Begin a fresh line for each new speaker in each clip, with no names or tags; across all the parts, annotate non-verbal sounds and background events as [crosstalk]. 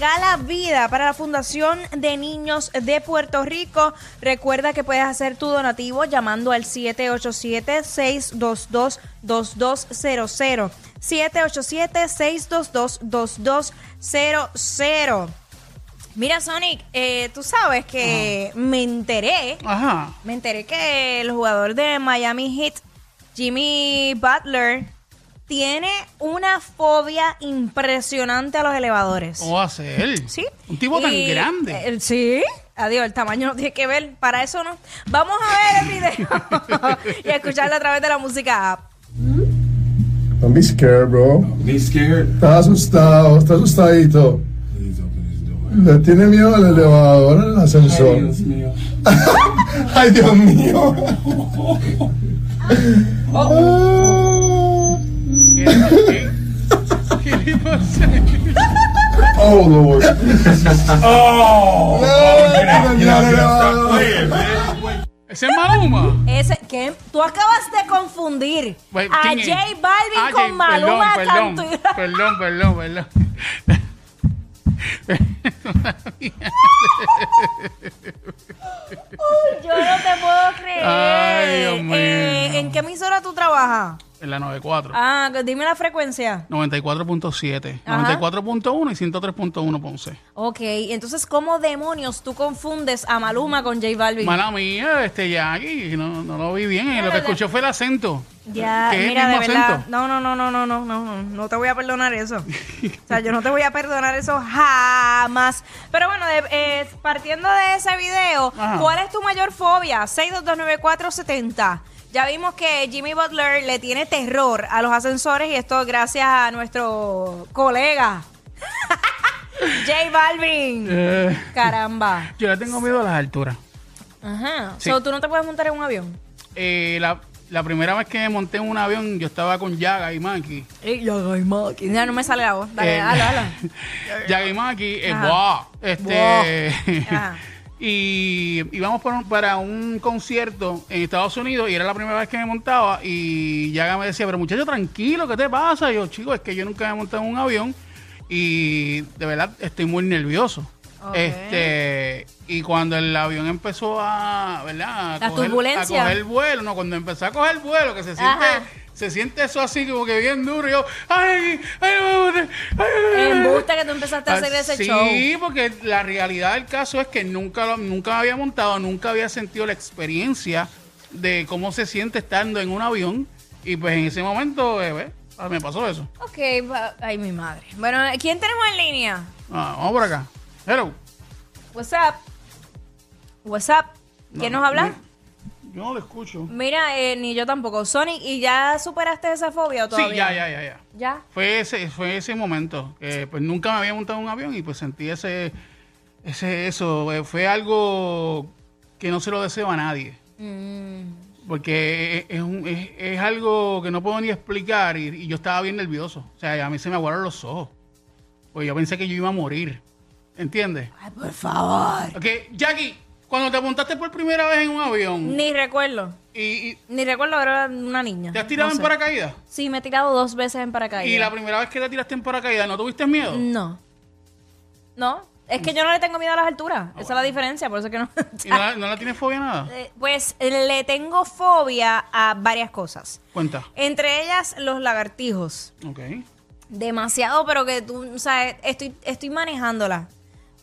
Gala Vida para la Fundación de Niños de Puerto Rico. Recuerda que puedes hacer tu donativo llamando al 787-622-2200. 787-622-2200. Mira, Sonic, eh, tú sabes que me enteré,
Ajá.
me enteré que el jugador de Miami Heat, Jimmy Butler, tiene una fobia impresionante a los elevadores.
¿Cómo va a ser?
Sí.
Un tipo tan
Y,
grande.
eh, sí. Adiós, el tamaño no tiene que ver. Para eso no. Vamos a ver el video [laughs] y a escucharlo a través de la música app.
Don't be scared, bro.
Be scared.
Estás asustado, estás asustadito.
Please open his door.
Le tiene miedo al elevador, al ascensor.
Adios, mío.
Ay, Dios mío.
¿Qué, qué, qué le pasa?
Oh, Lord.
Oh!
No, no, no,
You know, you gotta
no.
stop playing, man.
¿Ese es Maluma?
Ese, ¿qué? Tú acabas de confundir
Bueno,
a
Pues, ¿quién es?
J Balvin
Ah,
con
J-
Maluma
perdón,
Cantu-
perdón, perdón, perdón, [laughs] perdón.
[laughs] Yo no te puedo creer.
Ay, Dios mío.
Eh, ¿En qué emisora tú trabajas?
En la 94.
Ah, dime la frecuencia.
94.7,
Ajá.
94.1 y 103.1 Ponce.
Ok, entonces, ¿cómo demonios tú confundes a Maluma con J Balvin?
Mala mía, este Jackie, no, no lo vi bien. eh, Lo que escuché fue el acento.
Ya,
que es el
mira, de
mismo
verdad.
acento.
No, no, no, no, no, no, no, no, no te voy a perdonar eso.
[laughs]
o sea, yo no te voy a perdonar eso jamás. Pero bueno, de- eh, partiendo de ese video,
Ajá.
¿cuál es tu mayor fobia? 6229470. Ya vimos que Jimmy Butler le tiene terror a los ascensores y esto gracias a nuestro colega [laughs] J Balvin.
Eh,
Caramba.
yo le tengo miedo a las alturas.
Ajá.
Sí.
So, tú no te puedes montar en un avión.
Eh, la, la primera vez que me monté en un avión, yo estaba con Yaga y Maki.
Ya no me sale la voz. Dale,
Eh,
dale,
[laughs]
dale.
Yagimaki, eh,
Ajá.
buah, este,
Buah. Ajá.
[laughs] y íbamos por un- para un concierto en Estados Unidos y era la primera vez que me montaba y Yaga me decía, pero muchacho, tranquilo, ¿qué te pasa? Y yo, chico, es que yo nunca me he montado en un avión y de verdad estoy muy nervioso.
Ok.
Este y cuando el avión empezó a, ¿verdad? A
Las
coger-
turbulencias.
a coger vuelo, no, cuando empezó a coger vuelo, que se siente,
Ajá.
se siente eso así como que bien duro, y yo, ay, ay, no me voy a botar, ay, ay, ay".
Embuste que tú empezaste a hacer
Ah,
ese
sí,
show.
porque la realidad del caso es que nunca, lo- nunca me había montado, nunca había sentido la experiencia de cómo se siente estando en un avión. Y pues en ese momento, eh, ve, ah, me pasó eso.
Ok, va- ay, mi madre. Bueno, ¿quién tenemos en línea?
Ah, vamos por acá. Hello.
WhatsApp. WhatsApp. ¿Quién nos habla?
Yo no lo escucho.
Mira, eh, ni yo tampoco. Sonic, ¿y ya superaste esa fobia o todavía?
Sí, ya, ya, ya, ya.
¿Ya?
Fue ese, fue ese momento. que, pues nunca me había montado en un avión y pues sentí ese, ese eso. eh, fue algo que no se lo deseo a nadie.
Mm,
Porque e, es, es un- es- es algo que no puedo ni explicar y, y yo estaba bien nervioso. O sea, a mí se me aguaron los ojos. Pues yo pensé que yo iba a morir. ¿Entiendes?
Ay, por favor.
Ok, Jackie, cuando te montaste por primera vez en un avión
Ni recuerdo.
y, y
Ni recuerdo, era una niña.
te has tirado
No
en
sé.
paracaídas,
Sí, me he tirado dos veces en paracaídas.
y la primera vez que te tiraste en paracaídas, ¿no tuviste miedo?
No. No. Es que yo no le tengo miedo a las alturas. Esa es la diferencia, por eso que no.
Mm. Ah, ¿Y no, la- no la tienes fobia a nada?
Eh, Pues le tengo fobia a varias cosas.
Cuenta.
Entre ellas, los lagartijos.
Ok.
Demasiado, pero que tú, o sea, estoy, estoy manejándola.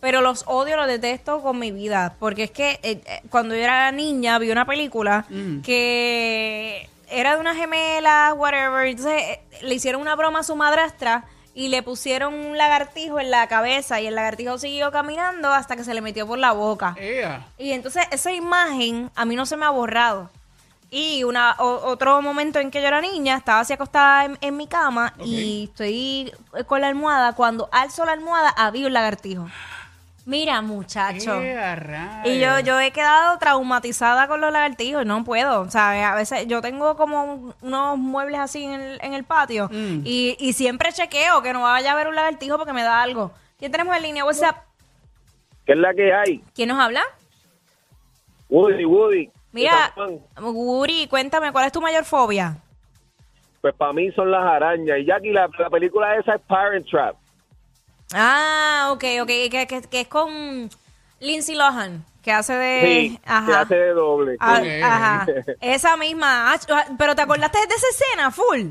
Pero los odio, los detesto con mi vida. Porque es que eh, eh, cuando yo era niña vi una película que era de unas gemelas, whatever. Entonces eh, le hicieron una broma a su madrastra y le pusieron un lagartijo en la cabeza. Y el lagartijo siguió caminando hasta que se le metió por la boca.
Ea.
Y entonces esa imagen a mí no se me ha borrado. Y una, o- otro momento en que yo era niña, estaba así acostada en, en mi cama y estoy eh, con la almohada. Cuando alzo la almohada, había un lagartijo. Mira, muchacho.
Ea, rayos.
Y yo, yo he quedado traumatizada con los lagartijos, no puedo. O sea, a veces yo tengo como un- unos muebles así en el, en el patio y, y siempre chequeo que no vaya a haber un lagartijo porque me da algo. ¿Quién tenemos en línea? WhatsApp.
¿Qué es la que hay?
¿Quién nos habla?
Woody, Woody.
Mira,
De San Juan.
Guri, cuéntame, ¿cuál es tu mayor fobia?
Pues para mí son las arañas. Y Jackie, la, la película esa es Parent Trap.
Ah, ok, ok. Que, que- que es con Lindsay Lohan, que hace de.
Sí, que hace de doble.
Eh, Ah,
Ok, ok.
ajá. Esa misma. Ah, ch- ah, Pero te acordaste de esa escena, full.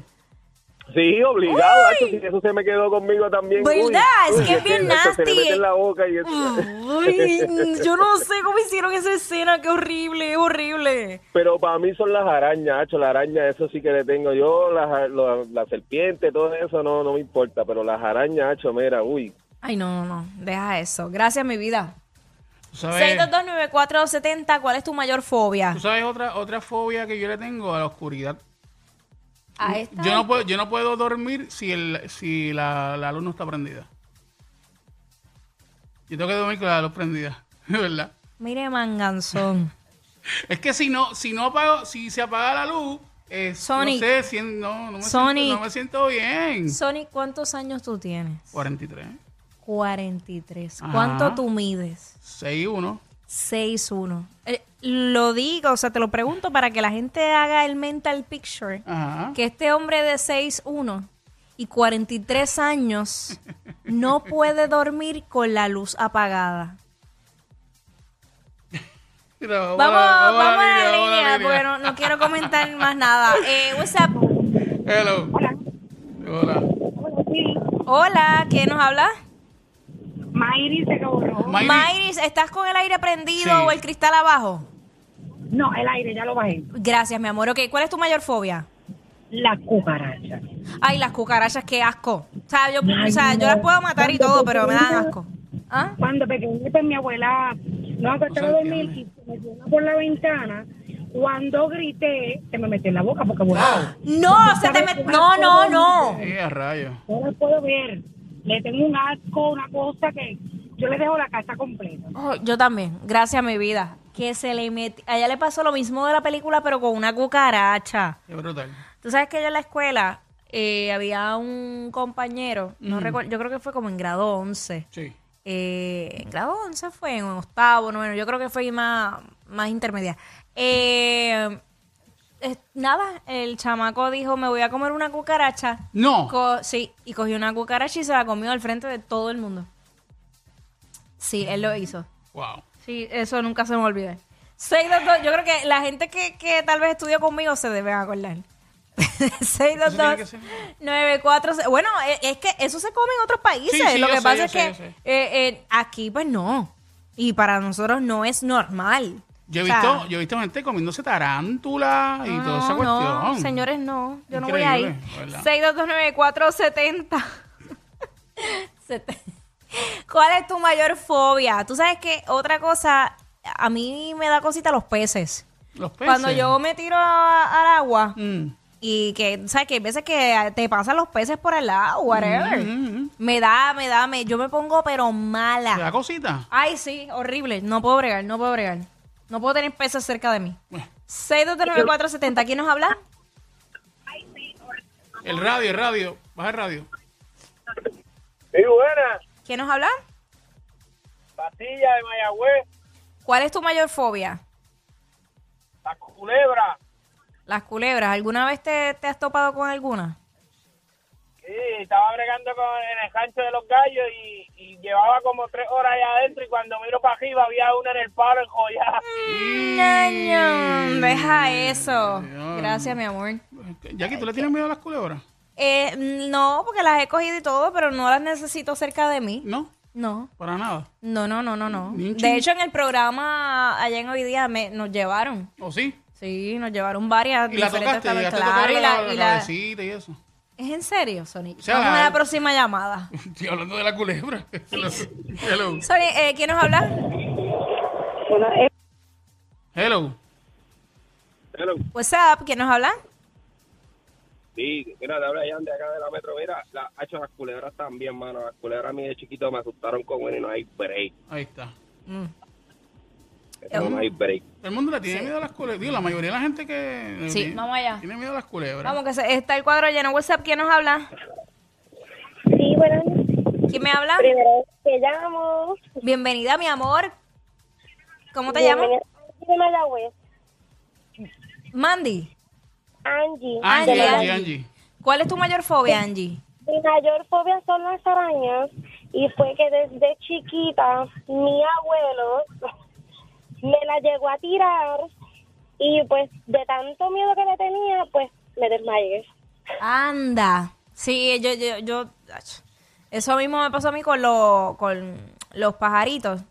Sí, obligado.
Uy.
Hacho, sí, eso se me quedó conmigo también. Uy,
¿Verdad? Es
uy,
que es bien
hacho, Se le
nasty. Mm.
mete en la boca y
Uy, yo no sé cómo hicieron esa escena, qué horrible, es horrible.
Pero para mí son las arañas, hacho, la araña, eso sí que le tengo yo, las a- lo- la, serpiente, todo eso no, no me importa, pero las arañas, hacho, mira, uy.
Ay, no, no, no, deja eso. Gracias, mi vida.
Tú sabes,
6229470, ¿cuál es tu mayor fobia?
tú sabes otra, otra fobia que yo le tengo a la oscuridad.
A esta.
Yo no puedo, yo no puedo dormir si, el, si la, la luz no está prendida. Yo tengo que dormir con la luz prendida, [laughs] de verdad.
Mire, manganzón.
Es que si no, si no apago, si se apaga la luz, eh,
Sonic.
no sé, si- no, no me
Sonic.
siento, no me siento bien.
Sonic, ¿cuántos años tú tienes?
43,
43.
Ajá.
¿Cuánto tú mides?
6, 1.
6'1. Eh, Lo digo, o sea, te lo pregunto para que la gente haga el mental picture.
Ajá.
que este hombre de 6'1 y 43 años no puede dormir con la luz apagada.
Mira,
Vamos, vamos, a la
vamos
línea, porque no, no quiero comentar más nada. Eh, what's up?
Hello. Hola.
Hola, ¿quién nos habla?
Mayri se cobró.
Mayri,
Mayris, ¿estás con el aire prendido
Sí.
o el cristal abajo?
No, el aire, ya lo bajé.
Gracias, mi amor. Ok, ¿cuál es tu mayor fobia?
La cucaracha.
Ay, las cucarachas, qué asco. O sea, yo, o
Ay,
sea, yo
no.
las puedo matar y todo, pero me dan asco. ¿Ah?
Cuando pequeñita pues, mi abuela no acostaba a
No se
dormir y
entiende.
se me dio por la ventana. Cuando grité, se me metió en la boca porque
Ah.
volaba.
No, se te met... No, no, no.
Eh, a rayos.
No la puedo ver. Le tengo un asco, una cosa que yo le dejo la casa completa.
Oh, yo también, gracias a mi vida. Que se le meti- A ella le pasó lo mismo de la película, pero con una cucaracha.
Qué brutal.
Tú sabes que yo en la escuela eh, había un compañero, no recuerdo, yo creo que fue como en grado 11.
Sí.
Eh, en grado 11 fue, en octavo, noveno, yo creo que fue más, más intermedia. Eh, eh, nada, el chamaco dijo, me voy a comer una cucaracha.
No.
Co- sí, y cogió una cucaracha y se la comió al frente de todo el mundo. Sí, él lo hizo.
Wow.
Sí, eso nunca se me olvida. 622, yo creo que la gente que, que tal vez estudió conmigo se debe acordar. [laughs]
que
622
ser.
94 Bueno, eh, es que eso se come en otros países.
Sí, sí,
Lo
yo
que
sé,
pasa
yo
es
sé,
que
yo sé.
eh, eh, aquí pues no. Y para nosotros no es normal.
Yo he
O sea, Ah,
visto, yo he visto gente comiéndose tarántula y toda esa cuestión.
no, señores, no. Yo no voy a ir.
Increíble, ¿verdad?
6229470. [laughs] Sete- ¿Cuál es tu mayor fobia? Tú sabes que otra cosa, a mí me da cosita los peces.
Los peces.
Cuando yo me tiro a- al agua
Mm.
y que, ¿sabes? Que hay veces que te pasan los peces por al lado, whatever. Me da, me da, me, yo me pongo pero
¿Te da
mala.
cosita?
Ay, sí, horrible. No puedo bregar, no puedo bregar. No puedo tener peces cerca de mí.
Eh.
6229470, ¿quién nos habla?
El radio, el radio. Baja el radio.
Y buena,
¿Quién nos habla?
patilla de Mayagüez,
¿Cuál es tu mayor fobia?
la culebra.
Las culebras. ¿Alguna vez te, te has topado con alguna?
Sí, estaba bregando con, en el cancho de los gallos y, y llevaba como tres horas allá adentro y cuando miro para arriba había una en el paro enjollada.
Ñaño, Mm,
Mm,
Deja eso. Gracias, mi amor.
Jackie, ¿tú le tienes miedo a las culebras?
Eh, no, porque las he cogido y todo, pero no las necesito cerca de mí.
No,
No.
para nada.
No, no, no, no, no.
Ni un
De hecho, en el programa allá en hoy día me, nos llevaron.
¿O sí?
Sí, nos llevaron varias
Y la
diferentes
tocaste,
tablas.
llegaste a
Claro,
tocar
y
la,
la-
la
y la-
cabecita y eso. [laughs]
¿Es en serio, Sonic?
O sea,
Vamos
la-
a la próxima llamada.
Estoy hablando de la culebra. [laughs] Hello. Hello.
Sonic, eh, ¿quién nos habla?
Hello.
WhatsApp, ¿quién nos habla?
Sí, mira, te habla Jan de acá de la metro. Mira, la, hecho las culebras también, mano. Las culebras a mí de chiquito me asustaron con una y no hay break.
Ahí está.
Mm.
Eso no hay break.
El mundo le tiene miedo a las culebras. Digo, la mayoría de la gente que. le
Sí,
tiene,
vamos allá.
Tiene miedo a las culebras.
Vamos, que se- está el cuadro lleno. WhatsApp, ¿quién nos habla?
Sí, bueno,
¿Quién me habla?
primero te llamo.
Bienvenida, mi amor. ¿Cómo te llamas?
Bienvenida. Angie de Mayagüez.
Mandy.
Angie.
Angie,
Ángel,
Ah, Angie,
Angie.
Angie.
¿Cuál es tu mayor fobia, Angie?
Mi mayor fobia son las arañas Y fue que desde chiquita mi abuelo me la llegó a tirar y pues de tanto miedo que le tenía, pues me desmayé.
Anda. Sí, yo, yo, yo, ach. eso mismo me pasó a mí con, lo- con los pajaritos.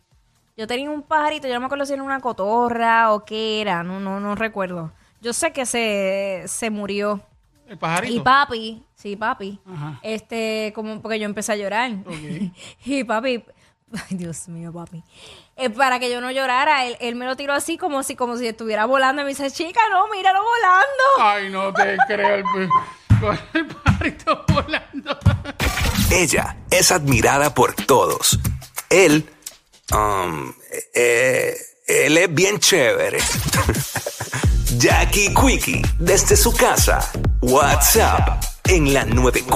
Yo tenía un pajarito, yo no me acuerdo si era una cotorra o qué era, no, no, no recuerdo. Yo sé que se, se murió.
El pajarito.
Y papi, sí, papi,
Ajá.
este, como porque yo empecé a llorar. [laughs] y papi, ay Dios mío, papi, eh, para que yo no llorara, él, él me lo tiró así como si, como si estuviera volando. Y me dice, chica, no, míralo volando.
Ay, no te creo. El, [laughs] con el pajarito volando.
Ella es admirada por todos. Él, um, eh, él es bien chévere. [laughs] Jackie Quickie, desde su casa. WhatsApp, en la 94.